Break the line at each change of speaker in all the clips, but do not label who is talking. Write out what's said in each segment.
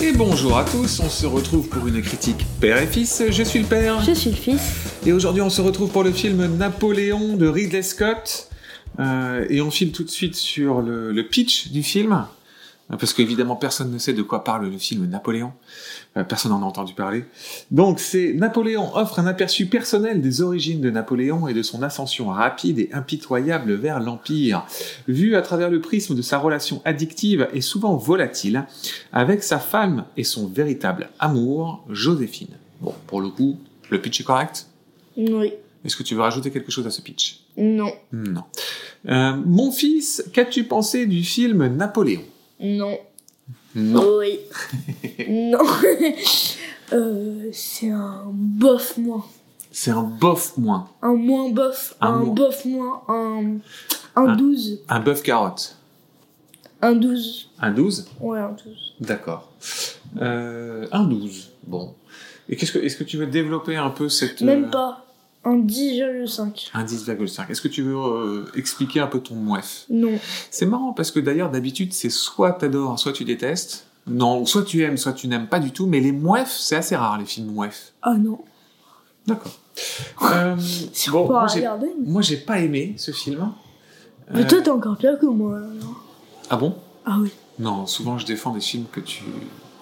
Et bonjour à tous, on se retrouve pour une critique père et fils. Je suis le père.
Je suis le fils.
Et aujourd'hui, on se retrouve pour le film Napoléon de Ridley Scott. Euh, et on file tout de suite sur le, le pitch du film. Euh, Parce qu'évidemment, personne ne sait de quoi parle le film Napoléon. Euh, personne n'en a entendu parler. Donc, c'est Napoléon offre un aperçu personnel des origines de Napoléon et de son ascension rapide et impitoyable vers l'Empire, vu à travers le prisme de sa relation addictive et souvent volatile avec sa femme et son véritable amour, Joséphine. Bon, pour le coup, le pitch est correct.
Oui.
Est-ce que tu veux rajouter quelque chose à ce pitch
Non.
Non. Euh, mon fils, qu'as-tu pensé du film Napoléon
Non.
Non.
Oui. non. Euh, c'est un bof moins.
C'est un bof moins.
Un moins bof.
Un
Un,
moins. Ah.
bof moins. Un, un
Un.
12.
Un bœuf carotte.
Un 12.
Un 12
Ouais, un 12.
D'accord. Euh, un 12. Bon. Et qu'est-ce que, est-ce que tu veux développer un peu cette... euh,
Même pas. Un 10,5.
Un 10,5. Est-ce que tu veux euh, expliquer un peu ton mouef
Non.
C'est marrant parce que d'ailleurs, d'habitude, c'est soit t'adores, soit tu détestes. Non, soit tu aimes, soit tu n'aimes pas du tout. Mais les mouefs, c'est assez rare, les films mouefs.
Ah non.
D'accord. Euh,
C'est
bon,
pas
moi,
à
j'ai-
regarder. mais-
Moi, j'ai pas aimé ce film.
Mais
Euh,
toi, t'es encore pire que moi. alors.
Ah bon
Ah oui.
Non, souvent je défends des films que tu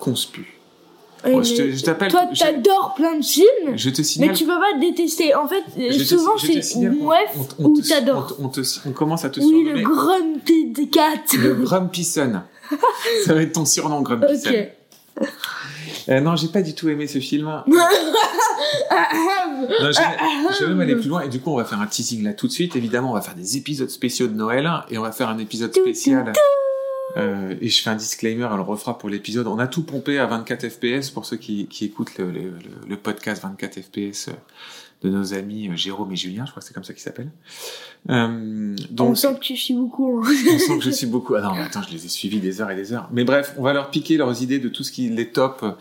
conspues.
Eh,
Bon, Oh, je
mais
te- je t'appelle.
Toi,
je-
t'adores plein de films.
Je te signale.
Mais tu peux pas détester. En fait, euh,
je te-
souvent,
je te
c'est
signale qu'on-
mouef
on- on
ou
te-
t'adores.
On, te- on te- on commence à te
Oui,
surnommer
le grumpy des quatre.
le Grumpy Son. Ça va être ton surnom, Grumpy Son.
Ok.
Euh, non, j'ai pas du tout aimé ce film.
Ah,
Non, je, vais, je vais même aller plus loin et du coup on va faire un teasing là tout de suite. Évidemment on va faire des épisodes spéciaux de Noël hein, et on va faire un épisode
Tout, tout,
spécial. Euh, et je fais un disclaimer, on le refera pour l'épisode. On a tout pompé à 24 FPS pour ceux qui, qui écoutent le, le- le- le podcast 24 FPS euh, de nos amis euh, Jérôme et Julien, je crois que c'est comme ça qu'ils s'appellent. Euh,
On
donc
sent que tu suis beaucoup. hein.
on sent que je suis beaucoup. Ah non, mais attends, je les ai suivis des heures et des heures. Mais bref, on va leur piquer leurs idées de tout ce qui les top, euh,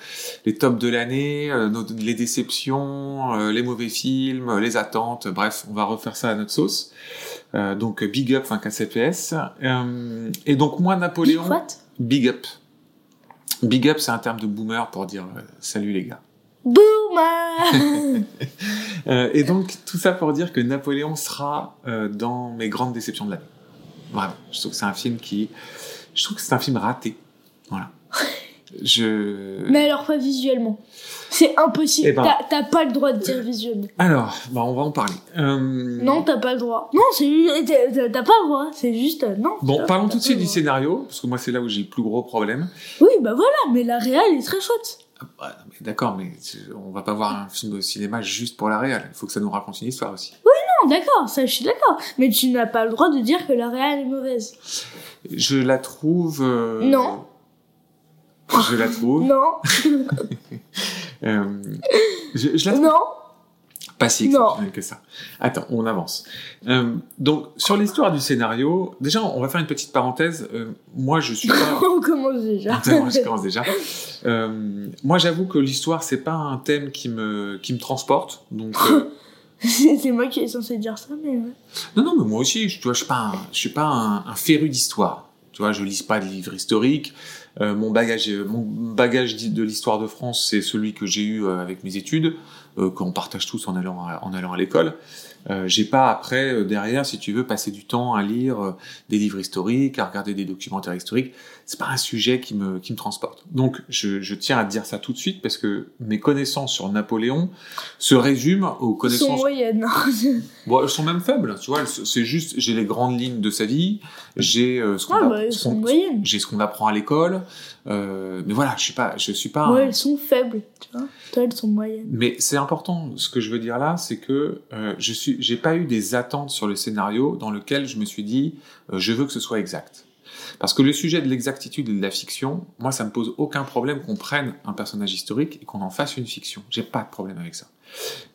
les tops de l'année, euh, nos- les déceptions, euh, les mauvais films, euh, les attentes. Bref, on va refaire ça à notre sauce. Euh, donc euh, big up 24 CPS. Euh, et donc moi Napoléon,
What
big up. Big up, c'est un terme de boomer pour dire euh, salut les gars.
Boomer
Euh, et donc tout ça pour dire que Napoléon sera euh, dans mes grandes déceptions de l'année. Vraiment, je trouve que c'est un film qui, je trouve que c'est un film raté. Voilà. Je.
Mais alors pas visuellement. C'est impossible.
Eh ben.
T'as- T'as pas le droit de dire visuellement.
Alors, bah, on va en parler. Euh,
Non, t'as pas le droit. Non, c'est ju- euh, t'as t'as pas le droit. C'est juste euh, non.
Bon,
t'as-
parlons
t'as
tout de
pas
suite
le
du
droit.
scénario, parce que moi c'est là où j'ai le plus gros problème.
Oui, bah voilà. Mais la réelle est très chouette.
Ah, bah, non, mais D'accord, mais tu- on va pas voir un film au cinéma juste pour la réelle. Il faut que ça nous raconte une histoire aussi.
Non, d'accord. Ça, je suis d'accord. Mais tu n'as pas le droit de dire que la réelle est mauvaise.
Je la trouve. euh,
Non.
Je la trouve.
Non,
euh, je, je la
non.
pas si
Non.
exceptionnel que ça. Attends, on avance. Euh, donc, sur l'histoire du scénario, déjà, on va faire une petite parenthèse. Euh, moi, je suis pas...
On commence déjà.
Attends, je commence déjà. Euh, moi, j'avoue que l'histoire, c'est pas un thème qui me, qui me transporte. Donc, euh,
C'est c'est moi qui est censé dire ça, mais ouais.
non, non, mais moi aussi, je, tu vois, je suis pas un, je suis pas un, un féru d'histoire. Tu vois, je lis pas de livres historiques. Euh, mon bagage, euh, mon bagage dit- de l'histoire de France, c'est celui que j'ai eu euh, avec mes études, euh, qu'on partage tous en allant à, en allant à l'école. Euh, j'ai pas après euh, derrière, si tu veux, passer du temps à lire euh, des livres historiques, à regarder des documentaires historiques. C'est pas un sujet qui me qui me transporte. Donc, je, je tiens à te dire ça tout de suite parce que mes connaissances sur Napoléon se résument aux
Ils sont
connaissances
moyennes.
Bon, elles sont même faibles, tu vois. elles- C'est juste, j'ai les grandes lignes de sa vie, j'ai euh, ce qu'on
Ah
app-
bah, elles
ce qu'on-
sont moyennes.
j'ai ce qu'on apprend à l'école, euh, mais voilà, je suis pas, je suis pas. un-
Ouais, elles sont faibles, tu vois. Toi, elles sont moyennes.
Mais c'est important. Ce que je veux dire là, c'est que euh, je suis, j'ai pas eu des attentes sur le scénario dans lequel je me suis dit, euh, je veux que ce soit exact. Parce que le sujet de l'exactitude et de la fiction, moi, ça me pose aucun problème qu'on prenne un personnage historique et qu'on en fasse une fiction. J'ai pas de problème avec ça.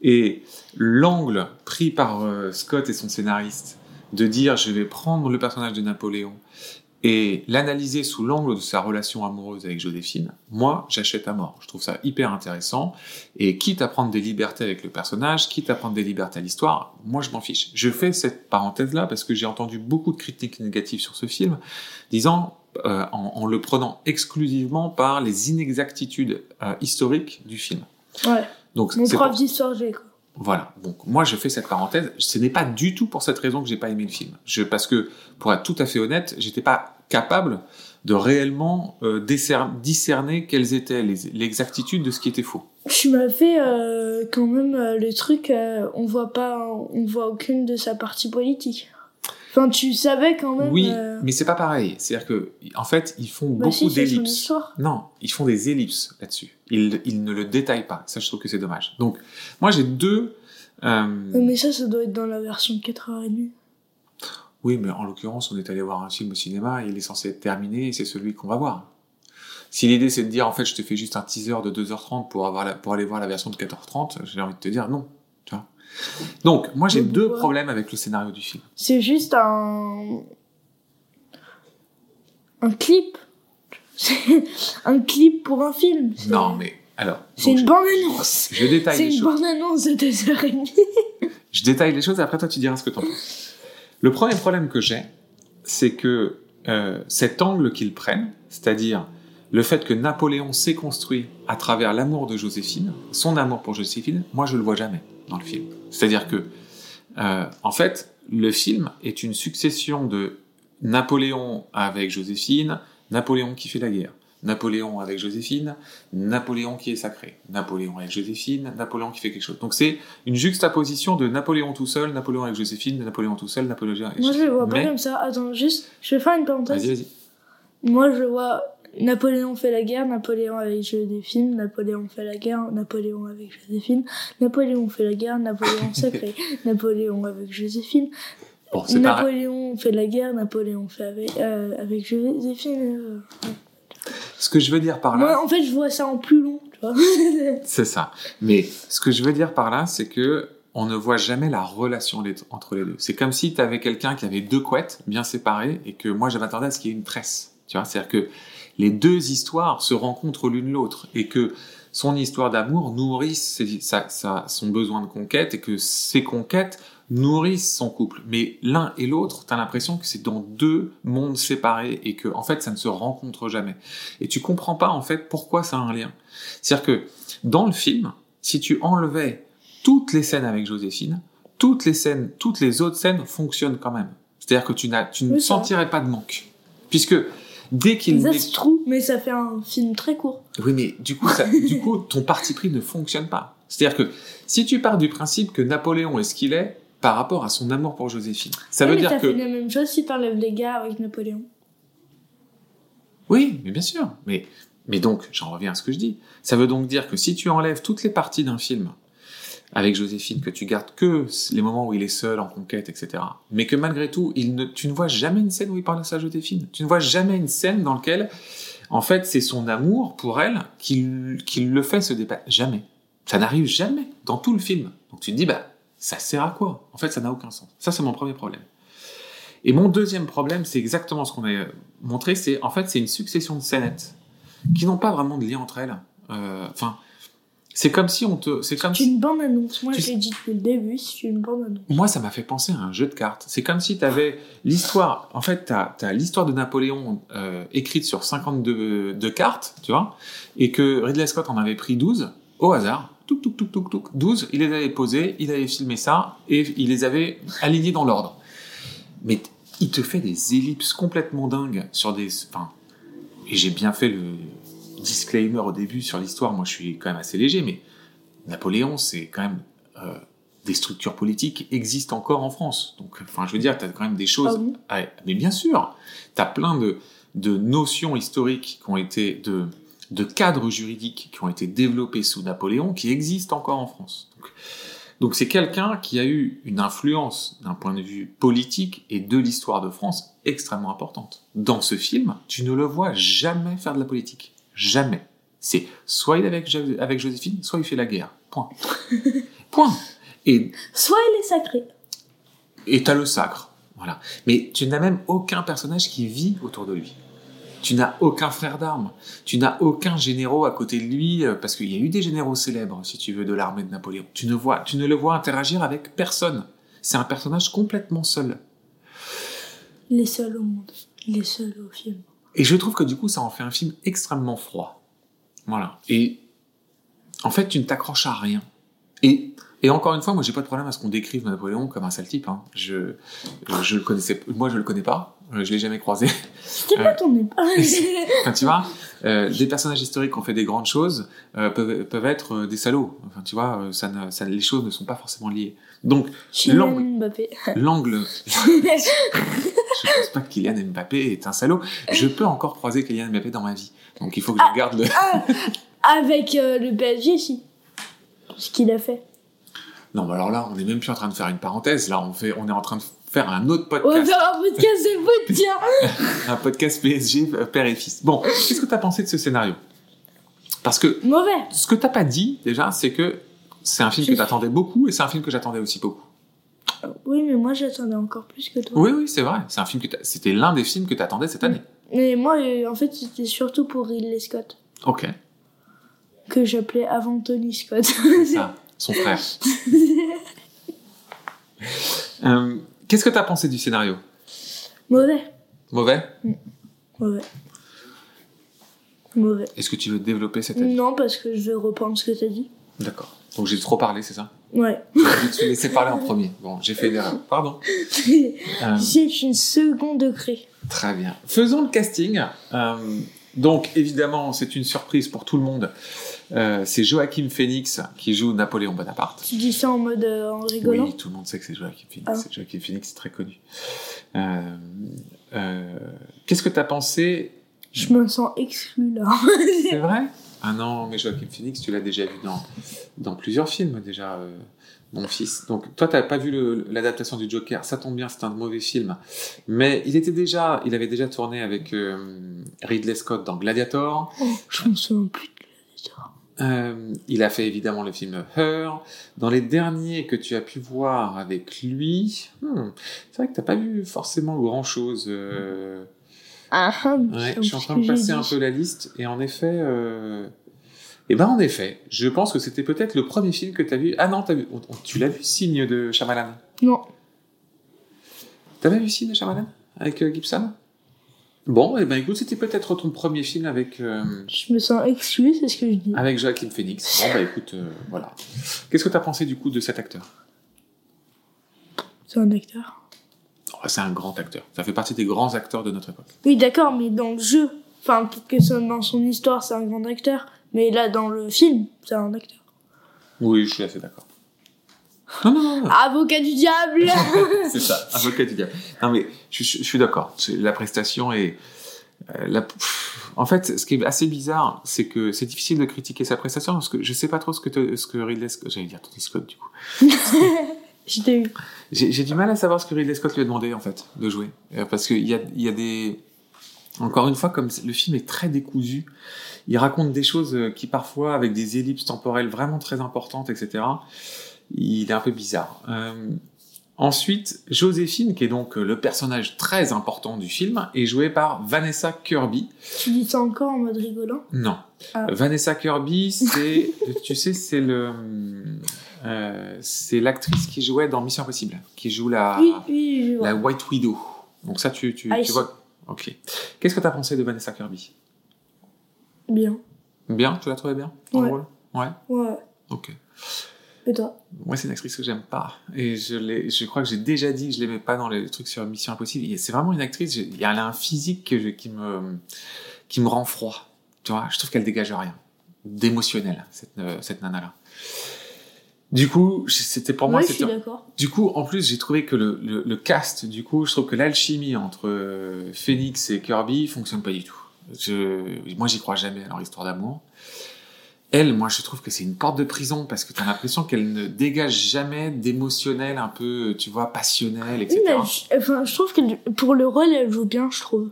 Et l'angle pris par euh, Scott et son scénariste de dire, je vais prendre le personnage de Napoléon et l'analyser sous l'angle de sa relation amoureuse avec Joséphine, moi, j'achète à mort. Je trouve ça hyper intéressant. Et quitte à prendre des libertés avec le personnage, quitte à prendre des libertés à l'histoire, moi je m'en fiche. Je fais cette parenthèse là parce que j'ai entendu beaucoup de critiques négatives sur ce film, disant euh, en, en le prenant exclusivement par les inexactitudes euh, historiques du film.
Ouais.
Donc,
Mon
c'est
prof
pour-
d'histoire G, quoi.
Voilà. Donc, moi, je fais cette parenthèse. Ce n'est pas du tout pour cette raison que j'ai pas aimé le film. Je, parce que, pour être tout à fait honnête, j'étais pas capable de réellement euh, décer- discerner quelles étaient les- l'exactitude de ce qui était faux.
Tu m'as fait euh, quand même euh, le truc, euh, on voit pas, on voit aucune de sa partie politique. Enfin, tu savais quand même.
Oui,
euh,
mais c'est pas pareil. C'est-à-dire que, en fait, ils font
bah
beaucoup
si, c'est son
d'ellipses.
histoire.
Non, ils font des ellipses là-dessus. Ils, ils ne le détaillent pas. Ça, je trouve que c'est dommage. Donc, moi, j'ai deux. euh,
Ouais, Mais ça, ça doit être dans la version 4h30.
Oui, mais en l'occurrence, on est allé voir un film au cinéma, et il est censé être terminé, et c'est celui qu'on va voir. Si l'idée c'est de dire, en fait, je te fais juste un teaser de 2h30 pour, avoir la- pour aller voir la version de 14h30, j'ai envie de te dire non. Tu vois Donc, moi, j'ai
Donc,
deux
ouais.
problèmes avec le scénario du film.
C'est juste un. Un clip. C'est un clip pour un film. C'est-
Non, mais alors.
C'est
donc,
une
je-
bande-annonce.
je, détaille
C'est
les
une
choses.
bande-annonce de 2h30.
Je détaille les choses, après toi, tu diras ce que t'en penses. Le premier problème que j'ai, c'est que euh, cet angle qu'ils prennent, c'est-à-dire le fait que Napoléon s'est construit à travers l'amour de Joséphine, son amour pour Joséphine, moi je le vois jamais dans le film. C'est-à-dire que, euh, en fait, le film est une succession de Napoléon avec Joséphine, Napoléon qui fait la guerre, Napoléon avec Joséphine, Napoléon qui est sacré, Napoléon avec Joséphine, Napoléon qui fait quelque chose. Donc c'est une juxtaposition de Napoléon tout seul, Napoléon avec Joséphine, Napoléon tout seul, Napoléon avec
Moi, je le vois pas
Mais-
comme ça. Attends, juste, je vais faire une parenthèse.
Vas-y, vas-y.
Moi, je vois Napoléon fait la guerre, Napoléon avec Joséphine, Napoléon fait la guerre, Napoléon avec Joséphine, Napoléon fait la guerre, Napoléon sacré, Napoléon avec Joséphine,
Bon, c'est pareil.
Napoléon fait la guerre, Napoléon fait avec, euh, avec Joséphine.
Ce que je veux dire par là,
Moi, en fait, je vois ça en plus long, tu vois.
c'est ça. Mais ce que je veux dire par là, c'est que on ne voit jamais la relation les- entre les deux. C'est comme si tu avais quelqu'un qui avait deux couettes bien séparées et que moi, je m'attendais à ce qu'il y ait une tresse. Tu vois, c'est-à-dire que les deux histoires se rencontrent l'une l'autre et que son histoire d'amour nourrisse ses- sa- sa- son besoin de conquête et que ses conquêtes nourrissent son couple. Mais l'un et l'autre, tu as l'impression que c'est dans deux mondes séparés et que, en fait, ça ne se rencontre jamais. Et tu comprends pas, en fait, pourquoi ça a un lien. C'est-à-dire que dans le film, si tu enlevais toutes les scènes avec Joséphine, toutes les scènes, toutes les autres scènes fonctionnent quand même. C'est-à-dire que tu, n'as- tu ne
Oui, c'est vrai.
sentirais pas de manque. Puisque dès qu'il
ça
dé-
se trouve, mais ça fait un film très court.
oui, mais du coup, ça- du coup, ton parti pris ne fonctionne pas. C'est-à-dire que si tu pars du principe que Napoléon est ce qu'il est par rapport à son amour pour Joséphine, ça
Ouais,
veut
mais
dire
t'as
que
fait la même chose si t'enlèves les gars avec Napoléon.
oui, mais bien sûr, mais mais donc j'en reviens à ce que je dis. Ça veut donc dire que si tu enlèves toutes les parties d'un film avec Joséphine, que tu gardes que les moments où il est seul en conquête, etc. Mais que malgré tout, il ne, tu ne vois jamais une scène où il parle à sa Joséphine. Tu ne vois jamais une scène dans laquelle, en fait, c'est son amour pour elle qui, l- qui le fait se dépasser. Jamais. Ça n'arrive jamais dans tout le film. Donc tu te dis, bah, ça sert à quoi En fait, ça n'a aucun sens. Ça, c'est mon premier problème. Et mon deuxième problème, c'est exactement ce qu'on a euh, montré, c'est en fait, c'est une succession de scénettes qui n'ont pas vraiment de lien entre elles. Euh, Enfin, c'est comme si on te, c'est comme
C'est
si-
une bande-annonce. Moi,
Ah, Tu
je l'ai dit depuis le début, c'est une bande-annonce.
moi, ça m'a fait penser à un jeu de cartes. C'est comme si tu avais l'histoire. En fait, tu as, l'histoire de Napoléon euh, écrite sur 52 de cartes, tu vois, et que Ridley Scott en avait pris 12 au hasard. Touc, touc, touc, touc, touc. 12, il les avait posés, il avait filmé ça, et il les avait alignés dans l'ordre. Mais t- il te fait des ellipses complètement dingues sur des. Enfin, et j'ai bien fait le disclaimer au début sur l'histoire. Moi, je suis quand même assez léger, mais Napoléon, c'est quand même. euh, des structures politiques existent encore en France. Donc, enfin, je veux dire, tu as quand même des choses.
Ah bon
Ouais, mais bien sûr, tu as plein de, de notions historiques qui ont été, de, de cadres juridiques qui ont été développés sous Napoléon qui existent encore en France. Donc, donc c'est quelqu'un qui a eu une influence d'un point de vue politique et de l'histoire de France extrêmement importante. Dans ce film, tu ne le vois jamais faire de la politique. Jamais. C'est soit il est avec, Jo- avec Joséphine, soit il fait la guerre. Point. Point. Et
Soit il est sacré.
et t'as le sacre. Voilà. Mais tu n'as même aucun personnage qui vit autour de lui. Tu n'as aucun frère d'armes. Tu n'as aucun généraux à côté de lui, euh, parce qu'il y a eu des généraux célèbres, si tu veux, de l'armée de Napoléon. Tu ne, vois, tu ne le vois interagir avec personne. C'est un personnage complètement seul.
Il est seul au monde. Il est seul au film.
Et je trouve que du coup, ça en fait un film extrêmement froid. Voilà. Et en fait, tu ne t'accroches à rien. Et, et encore une fois, moi, j'ai pas de problème à ce qu'on décrive Napoléon comme un sale type. hein. Je, je le connaissais, moi, je le connais pas. euh, Je l'ai jamais croisé.
C'était
Ah.
pas ton époque.
Enfin, tu vois, euh, des personnages historiques qui ont fait des grandes choses euh, peuvent, peuvent être euh, des salauds. Enfin, tu vois, euh, ça ne- ça- les choses ne sont pas forcément liées. Donc,
Kylian
L'angle.
Mbappé.
l'angle, je pense pas que Kylian Mbappé est un salaud. Je peux encore croiser Kylian Mbappé dans ma vie. Donc, il faut que je garde le.
Avec euh, le PSG, si. Ce qu'il a fait.
Non, mais alors là, on n'est même plus en train de faire une parenthèse. Là, on, fait, on est en train de faire un autre
On va
podcast,
faire un podcast de foot, tiens
un podcast PSG euh, père et fils. Bon, qu'est-ce que tu as pensé de ce scénario Parce que
Mauvais.
ce que t'as pas dit déjà, c'est que c'est un film que t'attendais beaucoup et c'est un film que j'attendais aussi beaucoup.
Euh, Oui, mais moi j'attendais encore plus que toi.
Oui, oui, c'est vrai. C'est un film que t'as- c'était l'un des films que t'attendais cette année.
Mais moi, euh, en fait, c'était surtout pour Ridley Scott.
Ok.
Que j'appelais avant Tony Scott.
Ça, son frère. Euh, Qu'est-ce que t'as pensé du scénario
Mauvais.
Mauvais
Mauvais. Mauvais.
Est-ce que tu veux développer cet avis
Non, parce que je reprends ce que t'as dit.
D'accord. Donc j'ai trop parlé, c'est ça
Ouais.
J'ai dû te laisser parler en premier. Bon, j'ai fait une erreur. Pardon. Euh,
C'est une seconde degré.
Très bien. Faisons le casting. Euh, donc, évidemment, c'est une surprise pour tout le monde. Euh, c'est Joachim Phoenix qui joue Napoléon Bonaparte.
Tu dis ça en mode euh, en rigolant
Oui, tout le monde sait que c'est Joachim Phoenix.
Ah.
C'est Joachim Phoenix, c'est très connu. Euh, euh, Qu'est-ce que tu as pensé
Je me sens exclue là.
C'est vrai Ah non, mais Joachim Phoenix, tu l'as déjà vu dans, dans plusieurs films, déjà, euh, mon fils. Donc, toi, tu n'as pas vu le- l'adaptation du Joker. Ça tombe bien, c'est un mauvais film. Mais il, était déjà, il avait déjà tourné avec euh, Ridley Scott dans Gladiator.
je me souviens plus de
Euh, il a fait évidemment le film Her. Dans les derniers que tu as pu voir avec lui, hmm, c'est vrai que t'as pas vu forcément grand chose.
Ah, ah, mais
je suis en train de passer un peu la liste et en effet, euh... eh ben en effet, je pense que c'était peut-être le premier film que t'as vu. Ah non, t'as vu, on- on- tu l'as vu Signe de Shyamalan.
Non.
T'avais vu Signe de Shyamalan avec euh, Gibson. Bon, eh ben écoute, c'était peut-être ton premier film avec. euh,
Je me sens exclue, c'est ce que je dis.
avec Joachim Phoenix. Bon, bah écoute, euh, voilà. Qu'est-ce que t'as pensé du coup de cet acteur
C'est un acteur.
Oh, C'est un grand acteur. Ça fait partie des grands acteurs de notre époque.
Oui, d'accord, mais dans le jeu. Enfin, peut-être que ça- dans son histoire, c'est un grand acteur. Mais là, dans le film, c'est un acteur.
Oui, je suis assez d'accord. Non, non, non, non.
Ah. Avocat du diable
c'est ça, avocat du diable. Non, mais je, je- je suis d'accord. C'est- La prestation est. euh, la- pff. En fait, ce qui est assez bizarre, c'est que c'est difficile de critiquer sa prestation parce que je sais pas trop ce que, te- ce que Ridley Scott. J'allais dire Tony Scott, du coup.
J'étais eu.
J'ai j'ai du mal à savoir ce que Ridley Scott lui a demandé, en fait, de jouer. Euh, parce qu'il y a, il y a des... Encore une fois, comme le film est très décousu, il raconte des choses euh, qui, parfois, avec des ellipses temporelles vraiment très importantes, etc., il est un peu bizarre. Euh, ensuite, Joséphine, qui est donc euh, le personnage très important du film, est jouée par Vanessa Kirby.
Tu dis ça encore en mode rigolant
Non.
Ah.
Vanessa Kirby, c'est, tu sais, c'est le, euh, c'est l'actrice qui jouait dans Mission Impossible, qui joue la,
Oui, oui, je vois.
la White Widow. Donc ça, tu, tu,
Ah,
tu
ici.
vois. Ok. Qu'est-ce que t'as pensé de Vanessa Kirby
Bien.
Bien Tu l'as trouvée bien dans le
Ouais.
rôle Ouais.
Ouais.
Ok.
Et toi
Moi, c'est une actrice que j'aime pas. Et je, l'ai- je crois que j'ai déjà dit que je l'aimais pas dans les trucs sur Mission Impossible. Et C'est vraiment une actrice, j'ai- elle a un physique que je- qui, me, qui me rend froid. Tu vois, je trouve qu'elle dégage rien d'émotionnel, cette, euh, cette nana-là. Du coup, je- c'était pour moi,
Ouais, je suis
c'était
d'accord.
du coup, en plus, j'ai trouvé que le, le- le cast, du coup, je trouve que l'alchimie entre euh, Phoenix et Kirby fonctionne pas du tout. Je, moi, j'y crois jamais à leur histoire d'amour. Elle, moi, je trouve que c'est une porte de prison parce que t'as l'impression qu'elle ne dégage jamais d'émotionnel un peu, tu vois, passionnel,
Oui,
etc.
mais je- enfin, je trouve que pour le rôle, elle joue bien, je trouve.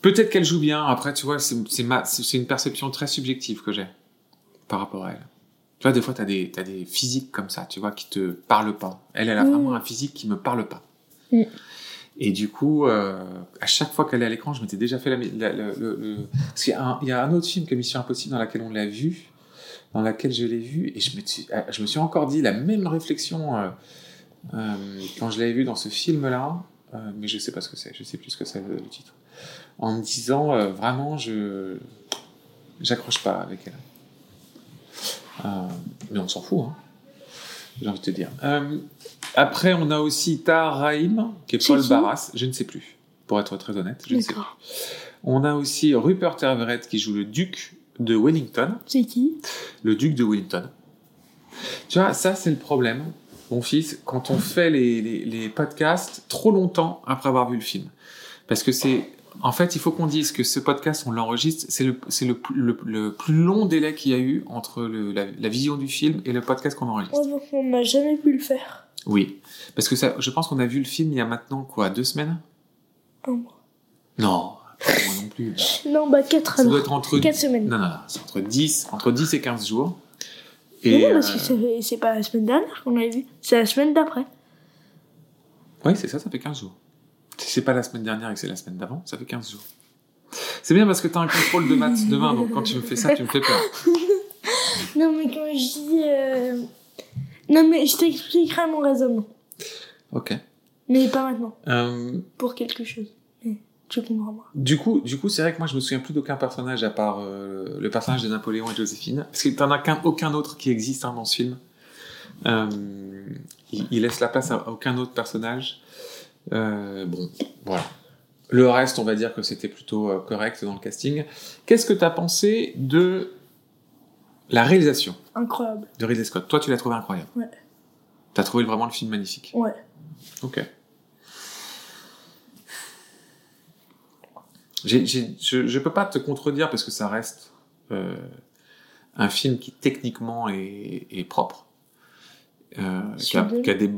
Peut-être qu'elle joue bien. Après, tu vois, c'est c'est ma- c'est- c'est une perception très subjective que j'ai par rapport à elle. Tu vois, des fois, t'as des, t'as des physiques comme ça, tu vois, qui te parlent pas. Elle, elle a
Mm.
vraiment un physique qui me parle pas.
Mm.
Et du coup, euh, à chaque fois qu'elle est à l'écran, je m'étais déjà fait la, la- la- le, le- Parce qu'il y a, un, il y a un autre film que Mission Impossible dans laquelle on l'a vu, dans laquelle je l'ai vu, et je me, suis- ah, je me suis encore dit la même réflexion euh, euh, quand je l'avais vu dans ce film-là. euh, mais je sais pas ce que c'est, je sais plus ce que c'est le, le titre, en me disant euh, vraiment je j'accroche pas avec elle. Euh, mais on s'en fout, hein, j'ai envie de te dire. Euh, après, on a aussi Tahar Rahim, qui est
C'est
Paul
qui
Barras, je ne sais plus, pour être très honnête, je ne sais plus.
D'accord.
On a aussi Rupert Everett qui joue le duc de Wellington,
C'est qui
le duc de Wellington. Tu vois, ça c'est le problème, mon fils, quand on fait les, les- les podcasts trop longtemps après avoir vu le film. Parce que c'est... En fait, il faut qu'on dise que ce podcast, on l'enregistre, c'est le, c'est le, plus- le- le plus long délai qu'il y a eu entre le- la, la vision du film et le podcast qu'on enregistre.
Moi, bon, on n'a jamais pu le faire.
Oui, parce que ça, je pense qu'on a vu le film il y a maintenant quoi, deux semaines
Un mois.
Non, pas moi non plus.
Non, bah 4
Ça doit
alors.
être entre
4 semaines.
Non, non, non, c'est entre 10, entre 10 et 15 jours.
Mais
Et,
non, parce que
euh,
ça fait- c'est pas la semaine dernière qu'on l'avait vu, c'est la semaine d'après.
Oui, c'est ça, ça fait 15 jours. Si c'est pas la semaine dernière et que c'est la semaine d'avant, ça fait 15 jours. C'est bien parce que tu as un contrôle de maths demain, donc quand tu me fais ça, tu me fais peur.
Non, mais quand je dis. euh, Non, mais je t'expliquerai mon raisonnement.
Ok.
Mais pas maintenant,
Euh,
pour quelque chose. Mais tu comprends moi.
du coup, du coup, c'est vrai que moi, je me souviens plus d'aucun personnage à part euh, le personnage de Napoléon et Joséphine, parce que t'en as qu'un, aucun autre qui existe hein, dans ce film. Euh, il, il laisse la place à aucun autre personnage. Euh, bon, voilà. Le reste, on va dire que c'était plutôt euh, correct dans le casting. Qu'est-ce que t'as pensé de la réalisation
Incroyable.
de Ridley Scott. Toi, tu l'as trouvé incroyable.
Ouais.
T'as trouvé vraiment le film magnifique.
Ouais.
Ok. J'ai- j'ai- je, je peux pas te contredire parce que ça reste euh, un film qui techniquement est, est propre. Euh, qui a-
Sublime.
qui a des,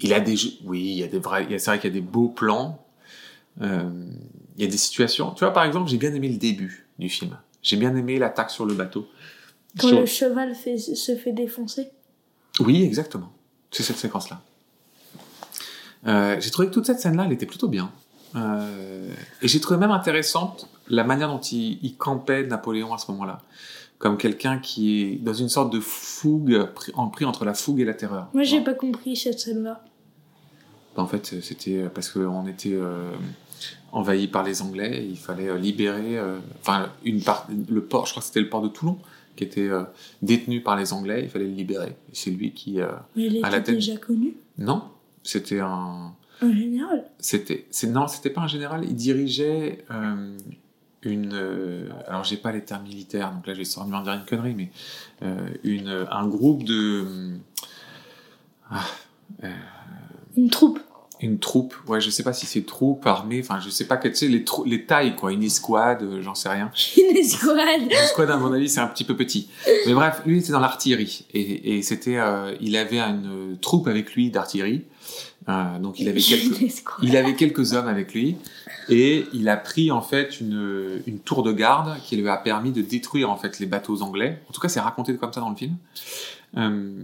il a des, jeux- oui, il y a des vrais, il y a- c'est vrai qu'il y a des beaux plans. Euh, il y a des situations. Tu vois, par exemple, j'ai bien aimé le début du film. J'ai bien aimé l'attaque sur le bateau.
Quand
Sur-
le cheval fait, se fait défoncer.
oui, exactement. C'est cette séquence-là. Euh, j'ai trouvé que toute cette scène-là, elle était plutôt bien. Euh, et j'ai trouvé même intéressante la manière dont il, il campait Napoléon à ce moment-là. Comme quelqu'un qui est dans une sorte de fougue, pris, en- pris entre la fougue et la terreur.
Moi, j'ai
Bon.
pas compris cette scène-là.
Bah, en fait, c'était parce qu'on était euh, envahi par les Anglais. et il fallait euh, libérer, euh, enfin, une part, le port. Je crois que c'était le port de Toulon qui était euh, détenu par les Anglais. Il fallait le libérer. Et c'est lui qui, euh,
Mais elle
À la
était
tête.
déjà connue,
Non, c'était un.
en général.
C'était. c'est- Non, c'était pas un général. Il dirigeait euh, une. euh, alors, j'ai pas les termes militaires, donc là, je vais sûrement dire une connerie, mais euh, une, un groupe de. ah, euh,
Une troupe.
une troupe. Ouais, je sais pas si c'est troupe, armée, enfin, je sais pas quelles. Tu sais, les, trou- les tailles, quoi. Une escouade, euh, j'en sais rien.
Une escouade.
Le squad, à mon avis, c'est un petit peu petit. Mais bref, lui, il était dans l'artillerie. Et, et c'était, euh, il avait une troupe avec lui d'artillerie. Euh, donc, il avait, quelques,
Une escouade.
il avait quelques hommes avec lui. Et il a pris, en fait, une, une tour de garde qui lui a permis de détruire, en fait, les bateaux anglais. En tout cas, c'est raconté comme ça dans le film. Euh,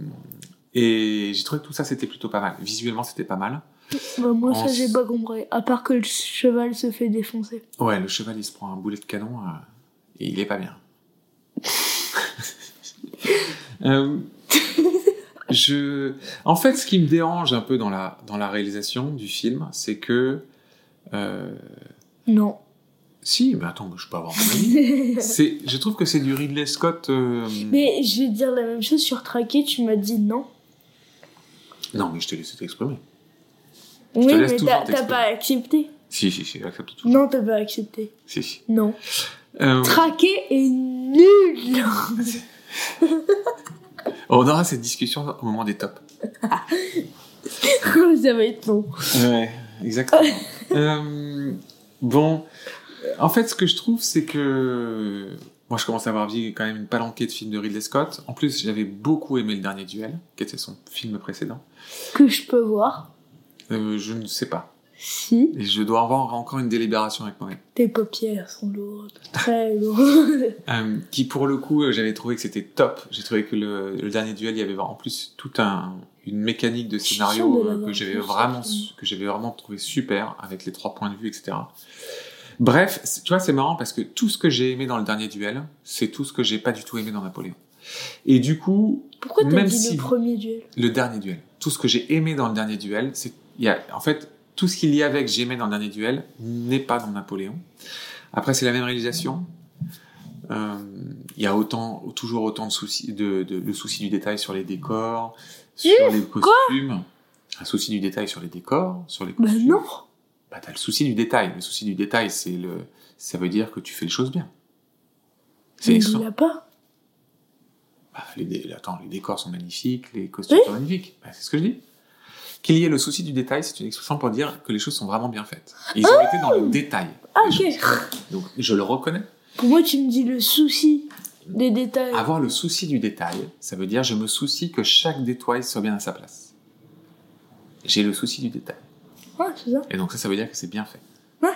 et j'ai trouvé que tout ça, c'était plutôt pas mal. Visuellement, c'était pas mal.
Bah, moi,
En
ça, j'ai
s-
pas compris. À part que le cheval se fait défoncer.
Ouais, le cheval, il se prend un boulet de canon euh, et il est pas bien. Euh, je... En fait, ce qui me dérange un peu dans la, dans la réalisation du film, c'est que... euh,
Non.
Si, mais attends, je peux avoir mon avis. C'est- Je trouve que c'est du Ridley Scott... euh,
Mais je vais te dire la même chose sur Traqué, tu m'as dit non.
Non, mais je te laisse t'exprimer.
Oui,
te laisse
mais
toujours
t'as t'as
t'exprimer.
pas accepté.
Si, si, si, j'accepte tout.
Non, t'as pas accepté.
Si, si.
Non.
Euh,
Traqué est nul Oh,
on aura cette discussion au moment des tops.
Ça va être non.
Ouais, exactement. Euh, bon, en fait, ce que je trouve, c'est que moi, je commence à avoir vu quand même une palanquée de films de Ridley Scott. En plus, j'avais beaucoup aimé Le Dernier Duel, qui était son film précédent.
Que je peux voir.
Euh, je ne sais pas.
Si.
Et je dois avoir encore une délibération avec moi-même.
Tes paupières sont lourdes. Très lourdes.
Euh, qui, pour le coup, euh, j'avais trouvé que c'était top. J'ai trouvé que le, le Dernier Duel, il y avait en plus toute un, une mécanique de
Je suis sûre
scénario
de
euh,
l'avoir
que j'avais
vu, ce
vraiment,
film.
que j'avais vraiment trouvé super avec les trois points de vue, etc. Bref, c'est- tu vois, c'est marrant parce que tout ce que j'ai aimé dans le dernier duel, c'est tout ce que j'ai pas du tout aimé dans Napoléon. Et du coup,
Pourquoi t'as
Même
dit
si-
le premier duel
le dernier duel, tout ce que j'ai aimé dans le dernier duel, c'est, il y a, en fait, tout ce qu'il y avait que j'aimais dans le dernier duel n'est pas dans Napoléon. Après, c'est la même réalisation. Il euh, y a autant, toujours autant de soucis, de, de- le souci du détail sur les décors, sur les costumes. Un souci du détail sur les décors, sur les
Bah
costumes.
non
Bah, t'as le souci du détail. Le souci du détail, c'est le, ça veut dire que tu fais les choses bien. C'est
Mais
excellent.
Il l'a pas.
Bah, les, dé- attends, les décors sont magnifiques, les costumes sont magnifiques. Bah, c'est ce que je dis. Qu'il y ait le souci du détail, c'est une expression pour dire que les choses sont vraiment bien faites. Et ils ont été dans le détail.
Ah,
des
ok.
choses. Donc, je le reconnais.
Pour moi, tu me dis le souci des détails.
Avoir le souci du détail, ça veut dire je me soucie que chaque détail soit bien à sa place. J'ai le souci du détail.
Ouais, Ah, c'est ça.
Et donc ça, ça veut dire que c'est bien fait.
Ouais.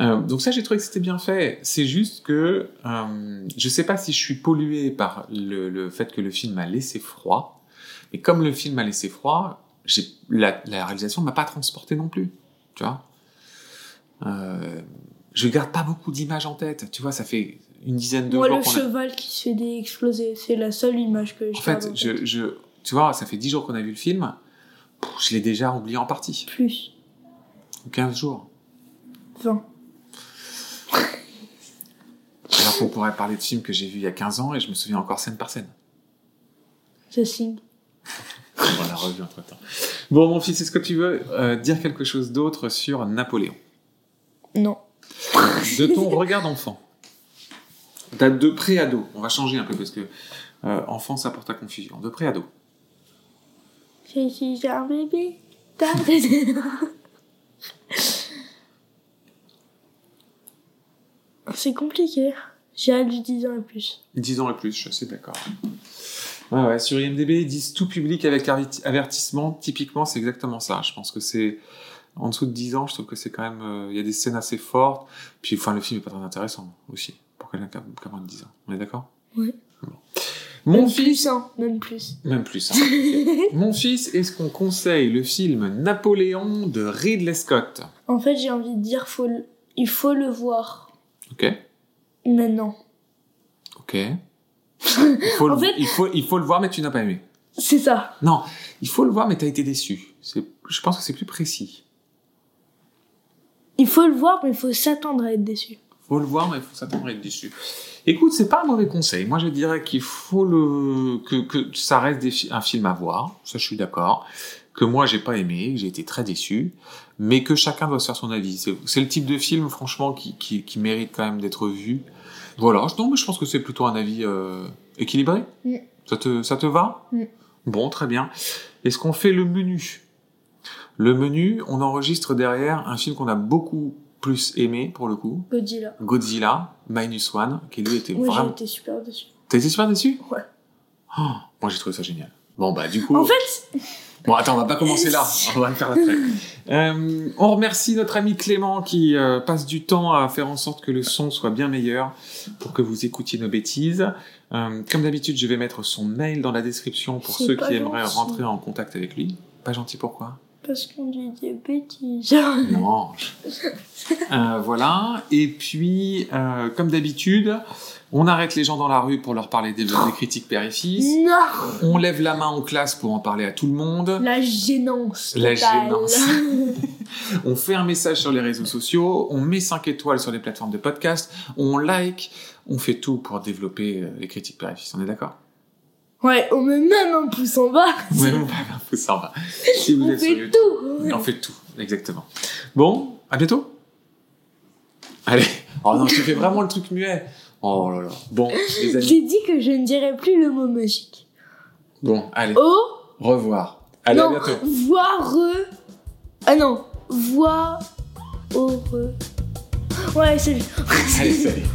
Euh, donc ça, j'ai trouvé que c'était bien fait. C'est juste que euh, je sais pas si je suis pollué par le, le fait que le film m'a laissé froid, mais comme le film m'a laissé froid, j'ai- la, la réalisation m'a pas transporté non plus. Tu vois, euh, je garde pas beaucoup d'images en tête. Tu vois, ça fait une dizaine de
Moi,
jours
le
qu'on a-
cheval qui se fait des exploser, c'est la seule image que je
En
garde
fait, je, je- tu vois, ça fait 10 jours qu'on a vu le film. Pff, Je l'ai déjà oublié en partie.
Plus.
15 jours.
20.
Alors qu'on pourrait parler de films que j'ai vus il y a 15 ans et je me souviens encore scène par scène.
Ça signe.
On l'a revu entre temps. Bon, mon fils, est-ce que tu veux euh, dire quelque chose d'autre sur Napoléon
Non.
De ton regard d'enfant T'as de pré-ado. On va changer un peu parce que euh, enfant, ça porte à confusion. De pré-ado.
Je suis un bébé. T'as- c'est compliqué. J'ai du 10 ans et plus.
10 ans et plus, je suis d'accord. Ouais, ouais, sur IMDB, ils disent tout public avec arvi- avertissement. Typiquement, c'est exactement ça. Je pense que c'est en dessous de 10 ans, je trouve que c'est quand même. euh, Il y a des scènes assez fortes. Puis, enfin, le film est pas très intéressant aussi pour quelqu'un qui a qui a moins de 10 ans. On est d'accord
Ouais.
Bon. Mon
Même
fils.
plus, hein, Même plus.
Même plus. hein. Ok. Mon fils, est-ce qu'on conseille le film Napoléon de Ridley Scott
En fait, j'ai envie de dire, faut le- il faut le voir.
Ok.
Maintenant.
Ok. Il faut, le,
En fait-
il, faut, il faut le voir, mais tu n'as pas aimé.
C'est ça.
Il faut le voir, mais t'as été déçu. C'est- Je pense que c'est plus précis.
Il faut le voir, mais il faut s'attendre à être déçu.
Faut le voir, mais faut s'attendre à être déçu. Écoute, c'est pas un mauvais conseil. Moi, je dirais qu'il faut le que, que ça reste des fi- un film à voir. Ça, je suis d'accord. Que moi, j'ai pas aimé, j'ai été très déçu, mais que chacun doit se faire son avis. C'est c'est le type de film, franchement, qui, qui, qui mérite quand même d'être vu. Voilà. Je- Non, mais je pense que c'est plutôt un avis euh, équilibré.
Mm.
Ça te ça te va
Mm.
Bon, très bien. Est-ce qu'on fait le menu Le menu, on enregistre derrière un film qu'on a beaucoup plus aimé pour le coup.
Godzilla.
Godzilla, Minus One, qui lui était
Moi, j'ai
vraiment.
été super déçu.
T'as été super déçu
Ouais.
Oh, moi j'ai trouvé ça génial. Bon bah du coup.
En fait,
Bon attends, on va pas commencer là. On va le faire après. Euh, on remercie notre ami Clément qui euh, passe du temps à faire en sorte que le son soit bien meilleur pour que vous écoutiez nos bêtises. Euh, comme d'habitude, je vais mettre son mail dans la description pour
C'est
ceux
pas
qui aimeraient
gentil.
rentrer en contact avec lui. Pas gentil pourquoi
parce qu'on dit euh, des bêtises.
Non. Euh, voilà. Et puis, euh, comme d'habitude, on arrête les gens dans la rue pour leur parler des, des critiques périphériques.
non
On lève la main en classe pour en parler à tout le monde.
La gênance.
La
totale.
gênance. On fait un message sur les réseaux sociaux. On met 5 étoiles sur les plateformes de podcast. On like. On fait tout pour développer euh, les critiques périphériques. On est d'accord
Ouais, on met même un pouce en bas.
Oui, on va un peu s'en va. Si vous
on
êtes sur
fait
YouTube,
tout.
on fait tout. Exactement. Bon, à bientôt. Allez. Oh non, tu fais vraiment le truc muet. Oh là là. Bon, les amis.
J'ai dit que je ne dirais plus le mot magique.
Bon, allez,
Oh
revoir. Allez, à
Non,
bientôt.
voir Ah non, voir heureux. Ouais, salut.
Allez, salut.